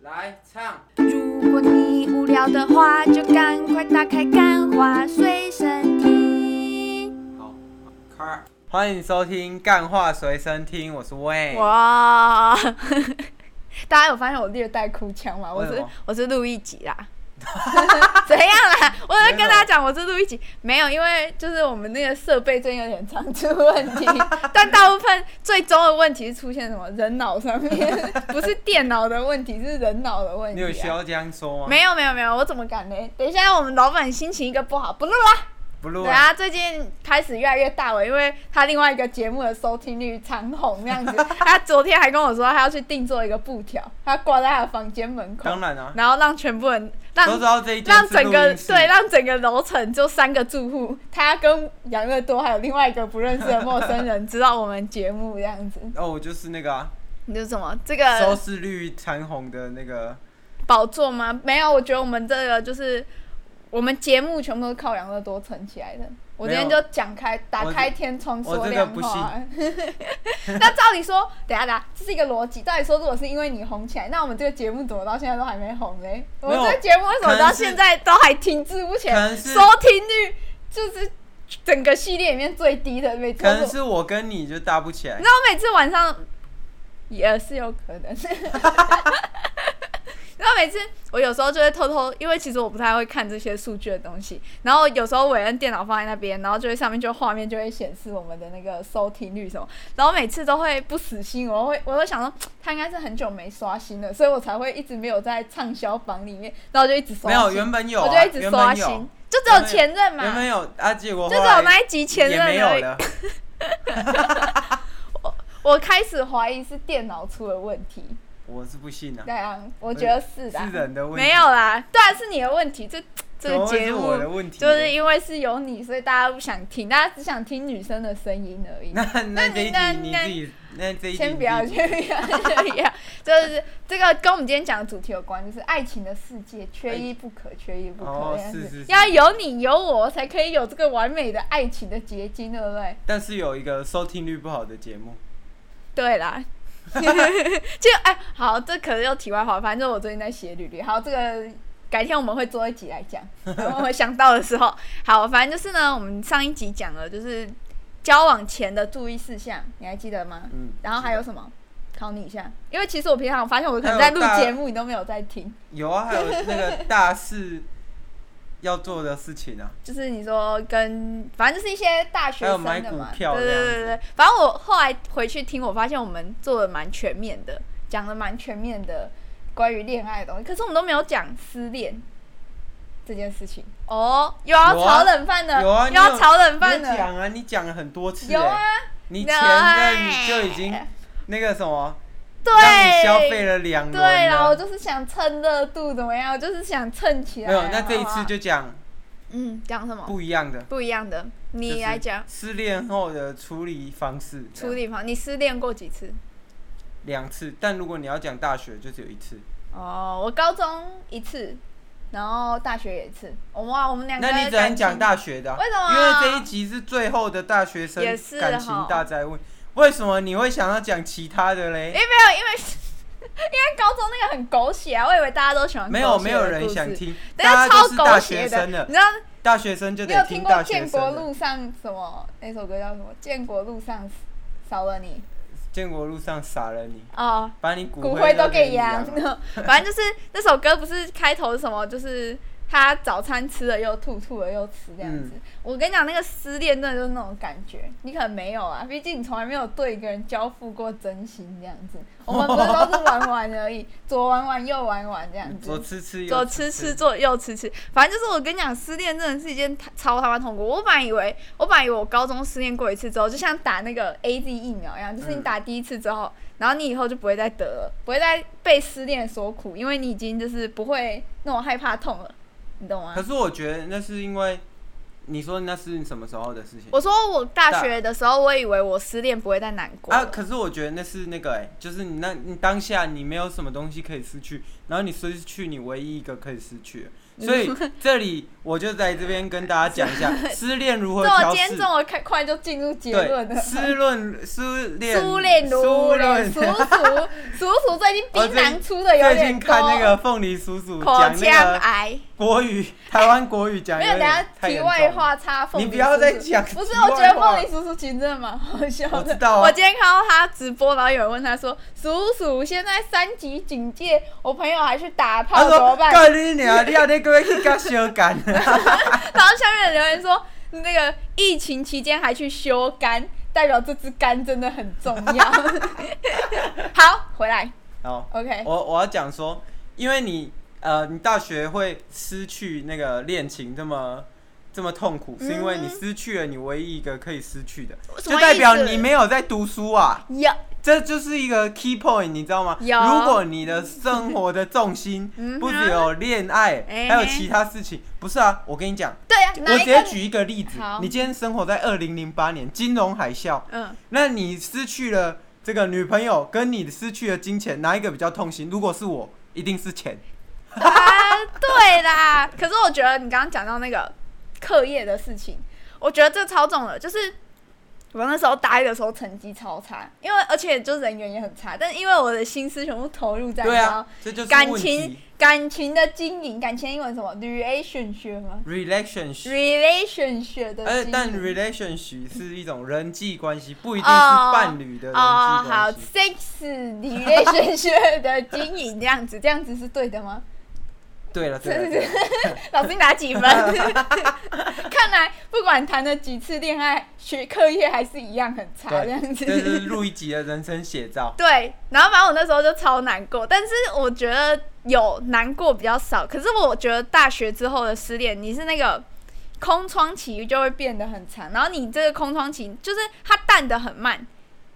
来唱，如果你无聊的话，就赶快打开《干花随身听好，开。欢迎收听《干话随身听》，我是 Way。》。哇， 大家有发现我略带哭腔吗？我为什是么我是录一集啦。 怎样啦？我在跟大家讲，我是录一集，没有，因为就是我们那个设备真有点常出问 题，但大部分最终的问题是出现什么人脑上面， 不是电脑的问题，是人脑的问你题、啊。有需要这样说吗？没有没有没有，我怎么敢呢？等一下，我们老板心情一个不好，不录了。不录对啊，啊，最近开始越来越大了，因为他另外一个节目的收听率长虹那 样子。他昨天还跟我说，他要去定做一个布条，他挂在他的房间门口，当然啊，然后让全部人都让知道这一件让是整录个音室对让整个楼层就三个住户，他跟杨乐多还有另外一个不认识的陌生 人知道我们节目这样子。哦，我就是那个啊你就什么这收个视率长虹的那个，宝座吗？没有，我觉得我们这个就是我们节目全部都是靠杨乐多撑起来的。我今天没有就讲开，打我开天窗我说这个亮不话。 那照理说，等一下等一下，这是一个逻辑。照理说，如果是因为你红起来，那我们这个节目怎么到现在都还没红嘞？我们没有这个节目为什么可能到是现在都还停滞不前可？能是收听率就是整个系列里面最低的，每次可都能是。是我跟你就搭不起来你知。道每次晚上也是有可能。 然后每次我有时候就会偷偷，因为其实我不太会看这些数据的东西。然后有时候韦恩电脑放在那边，然后就会上面就画面就会显示我们的那个收听率什么。然后每次都会不死心，我会我都想说他应该是很久没刷新了，所以我才会一直没有在畅销榜里面。然后我就一直刷没新，有，原本有啊，我就一直原刷本新有，，就只有原本前任嘛，原本有啊，结果就只后有来那一集前也没任有而已。了。我开始怀疑是电脑出了问题，我是不信啊对，啊，我觉得是的啊，是人的问题没有啦，对啊，是你的问题，这这怎么个会节是我的目问题呢，就是因为是有你，所以大家不想听，大家只想听女生的声音而已。那那这一那集你你那自己，那这一集先你不要，自己先不要， 先不要，就是这个跟我们今天讲的主题有关，就是爱情的世界缺一不可，缺一不可哦这样是子是是要有你有我，才可以有这个完美的爱情的结晶，对不对？但是有一个收听率不好的节目，对啦， 就哎，好，这可能又题外话，反正我最近在写履历。好，这个改天我们会做一集来 讲，我们想到的时候。好，反正就是呢，我们上一集讲了，就是交往前的注意事项，你还记得吗？嗯，然后还有什么？考你一下，因为其实我平常我发现我可还有能在录大节目，你都没有在听。有啊，还有那个大事要做的事 情啊，就是你说跟，反正就是一些大学生还有买的嘛，股对票对这样对子对对。反正我后来回去听，我发现我们做的蛮全面的，讲的蛮全面的关于恋爱的东西，可是我们都没有讲失恋这件事情。哦，有啊，有啊炒冷饭的，有啊，又你要炒冷饭你有的，讲啊，你讲了很多次、欸，有啊，你有前啊任就已经那个什么，让你对，消费了两轮，对啦，我，就是哎想蹭热度，怎么样？我就是想蹭起来。没有，那这一好不次好就讲嗯，讲什么不一样的，不一样的？就你是来讲失恋后的处理方式，这啊处样理方，你失恋过几次？两次，但如果你要讲大学，就只有一次。哦，我高中一次，然后大学也一次。我哇，我们两个那你只能感讲情大学的啊、为什么因为这一集是最后的大学生也是感情吼大灾问。为什么你会想要讲其他的因为嘞？没有，因为 因为高中那个很狗血啊，我以为大家都喜欢没有，狗血没有的人故想事，听，等下大家超都是狗大血学的。生你了，知道大学生就你有得听听过《大学建生国的。路上》什么那首歌叫什么？《建国路上少了你建国路上撒了你，》哦，把你骨骨灰都给扬羊。了。 反正就是那首歌不是开头是什么，就是他早餐吃了又吐，吐了又吃这样嗯子。我跟你讲，那个失恋真的就是那种感觉，你可能没有啊，毕竟你从来没有对一个人交付过真心这样子。我们不是都是玩玩而已， 左玩玩右玩玩这样 子。左吃吃，右左吃吃，，左右吃吃，反正就是我跟你讲，失恋真的是一件超他妈痛苦。我本来以为，我本来以为我高中失恋过一次之后，就像打那个 A Z 疫苗一样，就是你嗯打第一次之后，然后你以后就不会再得了，不会再被失恋所苦，因为你已经就是不会那种害怕痛了，你懂吗可？是我觉得那是因为你说那是什么时候的事情？我说我大学的时候，我以为我失恋不会再难过啊，了可是我觉得那是那个哎、就是你那你当下你没有什么东西可以失去，然后你失去你唯一一个可以失去的，嗯所以这里我就在这边跟大家讲一 下失恋如何这我调今天试这。么快快就进入结论对，了。失论失恋苏恋如失嘞，恋叔 叔叔叔最近哦槟最榔出的有最近点多看，那个凤梨叔叔口讲那腔个癌。国语，台湾国语讲没有，等下点太题严外重了。话插凤梨叔叔。你不要再讲不是，题我觉外得话凤梨叔叔其实真的蛮好笑的。我知道啊我今天看到他直播，然后有人问他说：“叔叔，现在三级警戒，我朋友还去打炮他怎么说：“办告你娘，你要那个去搞修 改。”然后下面的留言说：“那个疫情期间还去修肝，代表这支肝真的很重要。” 好，回来好， ，OK，我我要讲说，因为你呃，你大学会失去那个恋情这么这么痛苦，是因为你失去了你唯一一个可以失去的，嗯什么就代表意思你没有在读书啊。有这就是一个 key point，你知道吗？有如果你的生活的重心 嗯哼不只有恋爱，哎还有其他事情，不是啊？我跟你讲，对啊，哪我一直接个？举一个例子好，你今天生活在二零零八年金融海啸，嗯，那你失去了这个女朋友，跟你失去了金钱，哪一个比较痛心？如果是我，一定是钱。啊，对啦。可是我觉得你刚刚讲到那个课业的事情，我觉得这超重了，就是。我那时候大一的时候成绩超差，因为而且就人缘也很差，但是因为我的心思全部投入在对然后啊，这就是感问情题。感情的经营，感情英文什么 relationship 吗？ relationship， relationship 的经营，而且哎但 relationship 是一种人际关系，不一定是哦伴侣的人哦际好关系。 ，sex relationship 的经营这样子，这样子是对的吗？对了，对是了是对是了，老师你拿几分？ 看来不管谈了几次恋爱，学课业还是一样很差这样对，这是子。录一集的人生写照。 对，然后反正我那时候就超难过，但是我觉得有难过比较少。可是我觉得大学之后的失恋，你是那个空窗期就会变得很长，然后你这个空窗期就是它淡的很慢，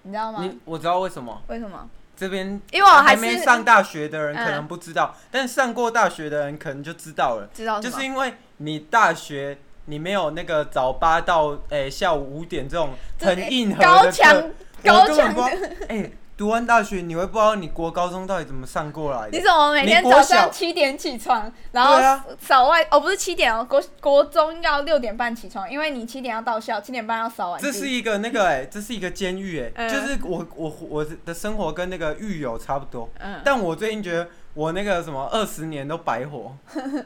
你知道吗？你我知道为什么为什么？这边，因为我哦还还是没上大学的人嗯可能不知道，但上过大学的人可能就知道了。知道什就么是因为你大学你没有那个早八到诶、下午五点这种很硬核的高课强我高根本强不的。知道哎、读完大学你会不知道你国高中到底怎么上过来你的。怎么每你天国早小上七点起床，然对啊后扫外、哦不是七点哦，国国中要六点半起床，因为你七点要到校，七点半要扫完地。这是一个那个哎、这是一个监狱哎，嗯就是我我我的生活跟那个狱友差不多，嗯，但我最近觉得我那个什么二十年都白活，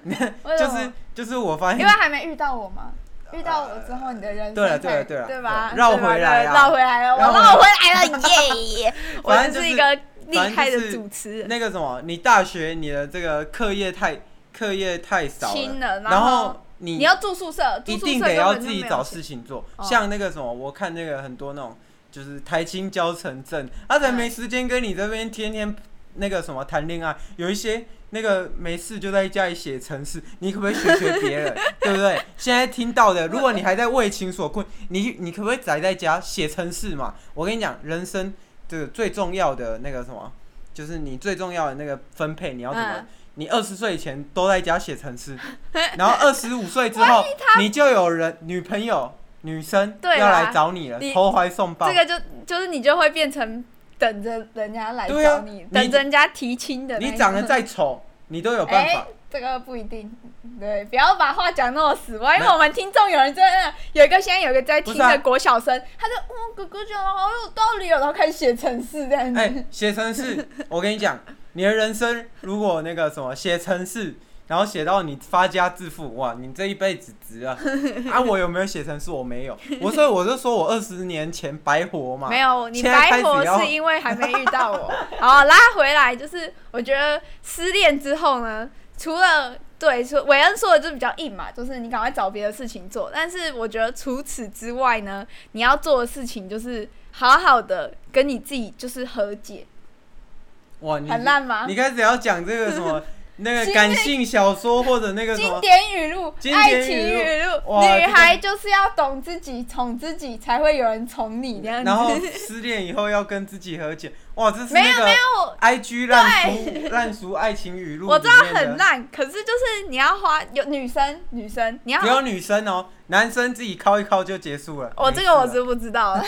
为什就么是就是我发哎因现为还没遇到我嘛。遇到我之后，你的人生对了才对了对了对吧？对绕对吧回来啊绕回来了，我绕回绕回来了， 耶！我反正就真是是一个厉反正害就的是主持人，那个什么，你大学你的这个课业太课业太少亲了，了，然后你你要住宿舍，住一宿定舍得根要本就自没己有找钱事情做，哦像那个什么，我看那个很多那种就是台青教城镇，他才嗯没时间跟你这边天天那个什么谈恋爱，有一些。那个没事就在家里写程式，你可不可以学学别人， 对不对？现在听到的，如果你还在为情所困，你你可不可以宅在家写程式嘛？我跟你讲，人生的最重要的那个什么，就是你最重要的那个分配，你要怎么？嗯你二十岁以前都在家写程式，然后二十五岁之后，你就有人女朋友女生对要啦来找你了，你投怀送抱这。个就就是你就会变成等着人家来对啊找你，你等着人家提亲的那一种。你长得再丑，你都有办哎、法。这个不一定，对，不要把话讲那么死歪，因没为有我们听众有人真的有一个现在有一个在听不是啊的国小生，他就嗯，哥哥讲的好有道理哦，然后开始写程式这样子，哎，写程式，我跟你讲，你的人生如果那个什么写程式，然后写到你发家致富，哇，你这一辈子值 了。啊，我有没有写程式？我没有，我所以我就说我二十年前白活嘛。没有，你现在开白始活要是因为还没遇到 我。好，拉回来，就是我觉得失恋之后呢，除了对，说韦恩说的就比较硬嘛，就是你赶快找别的事情做。但是我觉得除此之外呢，你要做的事情就是好好的跟你自己就是和解，哇，你很烂吗你？开始要讲这个什 么那个心感性小说或者那个什经么？典语录，经爱典情语录语录，哇女这个孩就是要嗯懂自己、宠自己，才会有人宠你这样子。然后失恋以后要跟自己和解，哇，这是 没那有个没有， I G 烂俗烂俗爱情语录，我知道很，烂，可是就是你要花有女生女生，你要只有女生哦，男生自己敲一敲就结束了。我没这事个我了是不知道的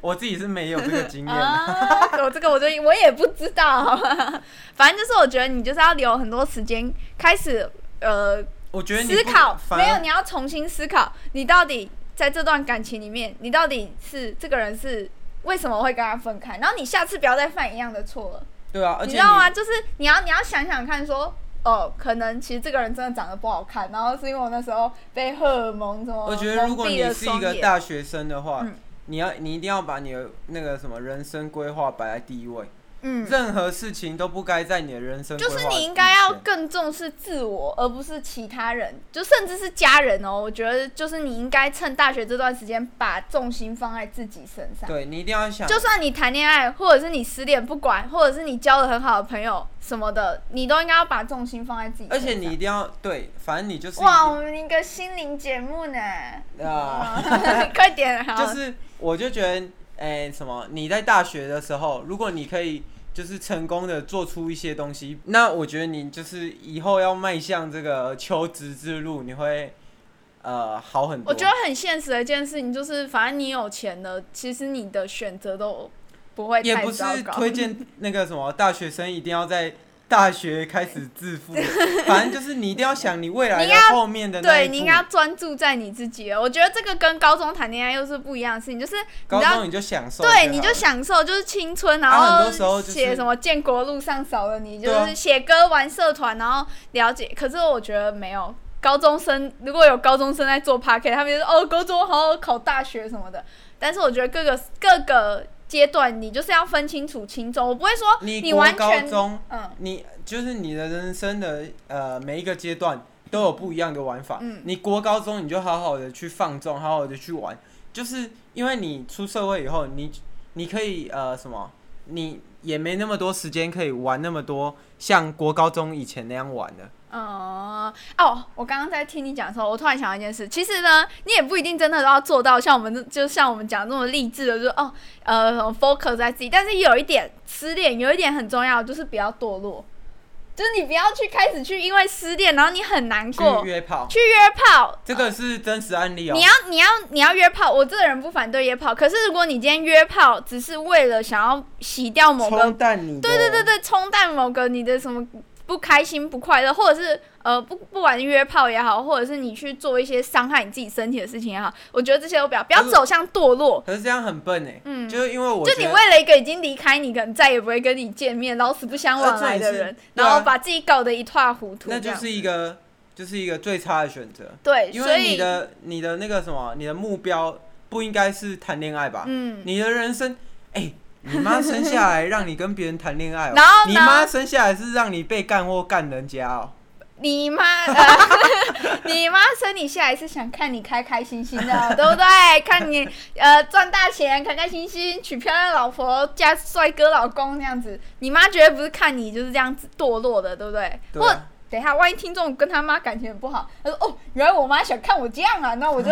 我自己是没有这个经验的。啊， 我这个我就我也不知道， 好吧反正就是我觉得你就是要留很多时间开始呃我觉得你思不考，反没有而你要重新思考，你到底在这段感情里面，你到底是这个人是为什么会跟他分开，然后你下次不要再犯一样的错了。对啊，而你且知道吗？就是你要你要想想看说。哦，可能其实这个人真的长得不好看，然后是因为我那时候被荷尔蒙什么我觉得如果蒙你蔽了是一双个眼。大学生的话，嗯你要你一定要把你的那个什么人生规划摆在第一位，嗯，任何事情都不该在你的人生规就划是你应该要之前更重视自我，而不是其他人，就甚至是家人哦。我觉得就是你应该趁大学这段时间把重心放在自己身上。对你一定要想，就算你谈恋爱，或者是你失恋，不管，或者是你交了很好的朋友什么的，你都应该要把重心放在自己而身上。且你一定要对，反正你就是哇，我啊、们一个心灵节目 呢，哦 快点，好就是我就觉得，哎、什么？你在大学的时候，如果你可以就是成功的做出一些东西，那我觉得你就是以后要迈向这个求职之路，你会呃好很多。我觉得很现实的一件事情就是，反正你有钱了，其实你的选择都不会也太不是糟糕。推荐那个什么大学生一定要在。大学开始致 富，反正就是你一定要想你未来你的要后面的那一对步。你应该要专注在你自己了。我觉得这个跟高中谈恋爱又是不一样的事情，就是你高知道中你就享受好了，对，你就享受就是青春，然啊啊很多时后候就是写什么建国路上少了你，就对啊是写歌玩社团，然后了解。可是我觉得没有高中生，如果有高中生在做 p a r k 他们就说哦，高中好好考大学什么的。但是我觉得各个各个阶段，你就是要分清楚轻重。我不会说你你国完高全中嗯，你就是你的人生的呃每一个阶段都有不一样的玩法。嗯你国高中你就好好的去放纵，好好的去玩，就是因为你出社会以后，你你可以呃什么，你也没那么多时间可以玩那么多像国高中以前那样玩的。嗯，哦，我刚刚在听你讲的时候，我突然想到一件事，其实呢，你也不一定真的都要做到像我们这，就像我们讲这么励志的，就是哦，呃，focus 在自己，但是有一点失恋，有一点很重要，就是不要堕落，就是你不要去开始去因为失恋，然后你很难去过，约炮，去约炮。这个是真实案例哦、你要你要你要约炮，我这个人不反对约炮。可是如果你今天约炮只是为了想要洗掉某个冲淡你的，对对对对，冲淡某个你的什么不开心、不快乐，或者是呃不不管是约炮也好，或者是你去做一些伤害你自己身体的事情也好，我觉得这些都不要，不要可是走向堕落。可是这样很笨哎、嗯就是因为我就觉你得为了一个已经离开你，可能再也不会跟你见面、老死不相往来的而人且，是然后对啊把自己搞得一塌糊涂这那样，就是一个就是一个最差的选择。对，因所为你以的你的那个什么，你的目标不应该是谈恋爱吧？嗯，你的人生，哎、你妈生下来让你跟别人谈恋爱、哦， 然后你然后妈生下来是让你被干或干人家哦。你妈，呃、 你妈生你下来是想看你开开心心的，对不对？看你呃赚大钱，开开心心，娶漂亮老婆，嫁帅哥老公这样子。你妈绝对不是看你就是这样子堕落的，对不对？对或啊等一下，万一听众跟他妈感情很不好，他说哦，原来我妈想看我这样啊，那我就，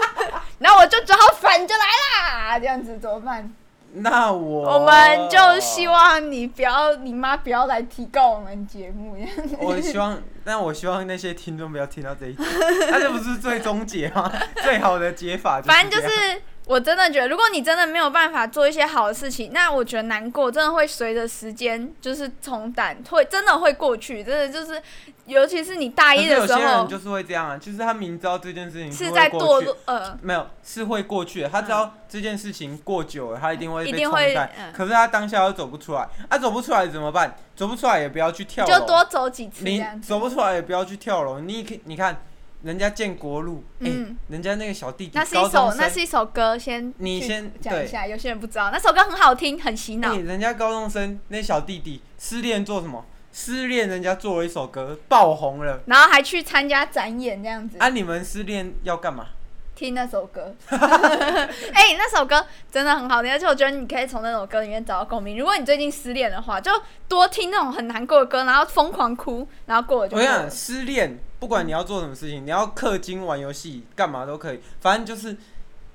那我就只好反着来啦，这样子怎么办？那我 我们就希，望你不要，你妈不要来提告我们节目。这样 子我希望，但我希望那些听众不要听到这一集， 那这不是最终解吗？ 最好的解法，反正就这样是，我真的觉得，如果你真的没有办法做一些好的事情，那我觉得难过真的会随着时间就是冲淡，会真的会过去，真的就是，尤其是你可大一是有的时些人候就是会这样啊，就是他明知道这件事情是会在过堕去落，呃，没有，是会过去的。他知道这件事情过久了，他一定会嗯一被定冲会淡。嗯可是他当下又走不出来，他、走不出来怎么办？走不出来也不要去跳楼，就多走几次这你样子走。不出来也不要去跳楼。你可以你看，人家建国路，哎、嗯人家那个小弟弟，那是高一中首生，那是一首歌，先你去先讲一对下，有些人不知道，那首歌很好听，很洗脑哎。人家高中生那小弟弟失恋做什么？失恋人家做了一首歌爆红了。然后还去参加展演这样子，啊，你们失恋要干嘛？听那首歌， 哎、那首歌真的很好听，而且我觉得你可以从那首歌里面找到共鸣。如果你最近失恋的话，就多听那种很难过的歌，然后疯狂哭，然后过了就我跟你过了嗯讲，。失恋不管你要做什么事情，你要氪金、玩游戏、干嘛都可以，反正就是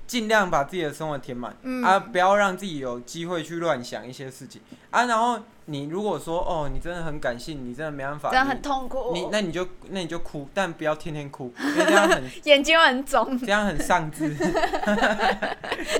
尽量把自己的生活填满。嗯啊，不要让自己有机会去乱想一些事情啊。然后你如果说哦，你真的很感性，你真的没办法，真的很哦痛苦，你你那你就那你就哭，但不要天天哭，因为这样很眼睛会很肿。这样很丧志，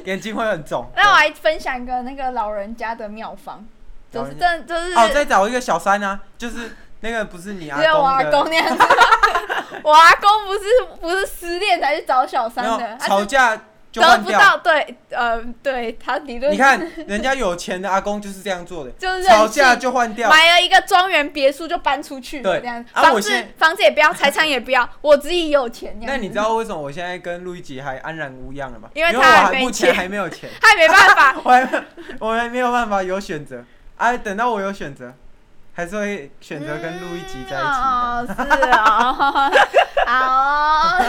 眼睛会很肿。那我还分享一个那个老人家的妙方，就老是人真就是哦，再找一个小三啊，就是那个不是你阿只有我阿公的公，那样子。 我阿公不是不是失恋才去找小没三的，有他吵是架就得换不掉。到对，呃，对他理论你看人家有钱的阿公就是这样做的， 就是任吵架性就换掉。买了一个庄园别墅就搬出去，对这样啊房我子现房子 也不要，财产也不要，我自己有钱这样。那你知道为什么我现在跟路易吉还安然无恙了吗？因为他我还还没目前钱啊还没有 钱，他也没办法，我还没有我还没有办法有选择。哎、等到我有选择，还是会 选择跟路易吉在一起的。嗯哦，是哦， 好哦，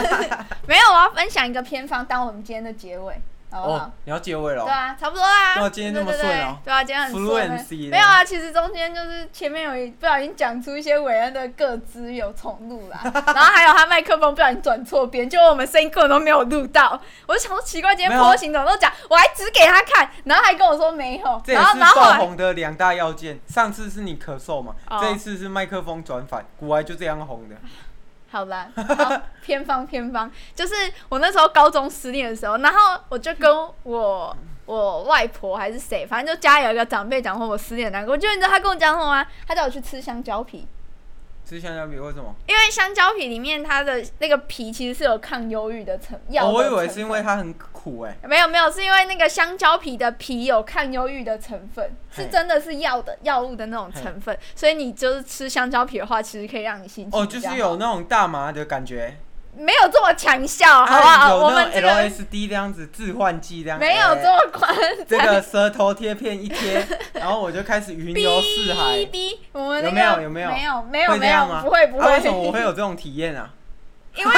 没有，我要分享一个偏方当我们今天的结尾，好不好？哦，你要结尾了对哦。啊，差不多啦。哇今天这么对对顺哦对对啊，今天很顺欸。 Fluency 没有啊，其实中间就是前面有一不小心讲出一些韦恩的各自有重录啦， 然后还有他麦克风不小心转错边，就我们声音根本都没有录到。我就想说奇怪，今没天有啊波行怎么都讲，我还指给他看，然后还跟我说没有，这也然是后然后后爆来红的两大要件。上次是你咳嗽嘛，哦这一次是麦克风转反，古埃就这样红的。好啦，好偏方偏方，就是我那时候高中失恋的时候，然后我就跟我我外婆还是谁，反正就家里有一个长辈讲说我失恋难过，就你知道他跟我讲什么吗？他叫我去吃香蕉皮，吃香蕉皮为什么？因为香蕉皮里面它的那个皮其实是有抗忧郁的成药、哦，我以为是因为。它很苦哎、没有没有，是因为那个香蕉皮的皮有抗忧郁的成分，嘿是真的是药的药物的那种嘿成分，所以你就是吃香蕉皮的话，其实可以让你心情哦，比就较是好有那种大麻的感觉，没有这么强效，好不啊好？有我那们这种个 LSD 这样子致幻剂这样。没有哎这么哎夸这张。 个舌头贴片一贴，然后我就开始云游四海哔。哔，我们那有没有个有没有没有没有会这没样有吗？不会不啊为什么我会会，有这种体验 啊？因为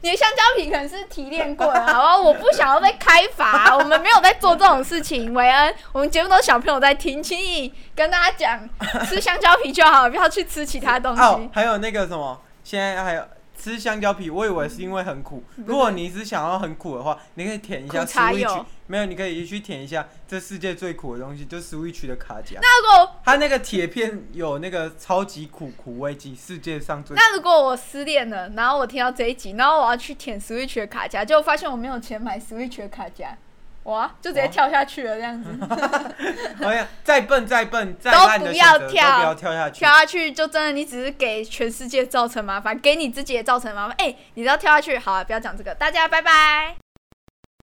你的香蕉皮可能是提炼过的，好吧？我不想要被开罚，我们没有在做这种事情，韦恩，我们节目都是小朋友在听，请你跟大家讲，吃香蕉皮就好，不要去吃其他东 哦西，。还有那个什么，现在还有吃香蕉皮，我以为是因为很苦。嗯如果你是想要很苦的话，你可以舔一下苦茶 Switch，有没有，你可以去舔一下这世界最苦的东西，就 Switch 的卡夹。那如果它那个铁片有那个超级苦苦味剂，世界上最苦。 那如果我失恋了，然后我听到这一集，然后我要去舔 Switch 的卡夹，结果发现我没有钱买 Switch 的卡夹，哇，就直接哇跳下去了这样子。好像哎再笨再笨再都烂的不选要择都不跳要跳下去跳。下去就真的你只是给全世界造成麻烦，给你自己也造成麻烦。哎、你知道跳下去，好、啊，不要讲这个，大家拜拜。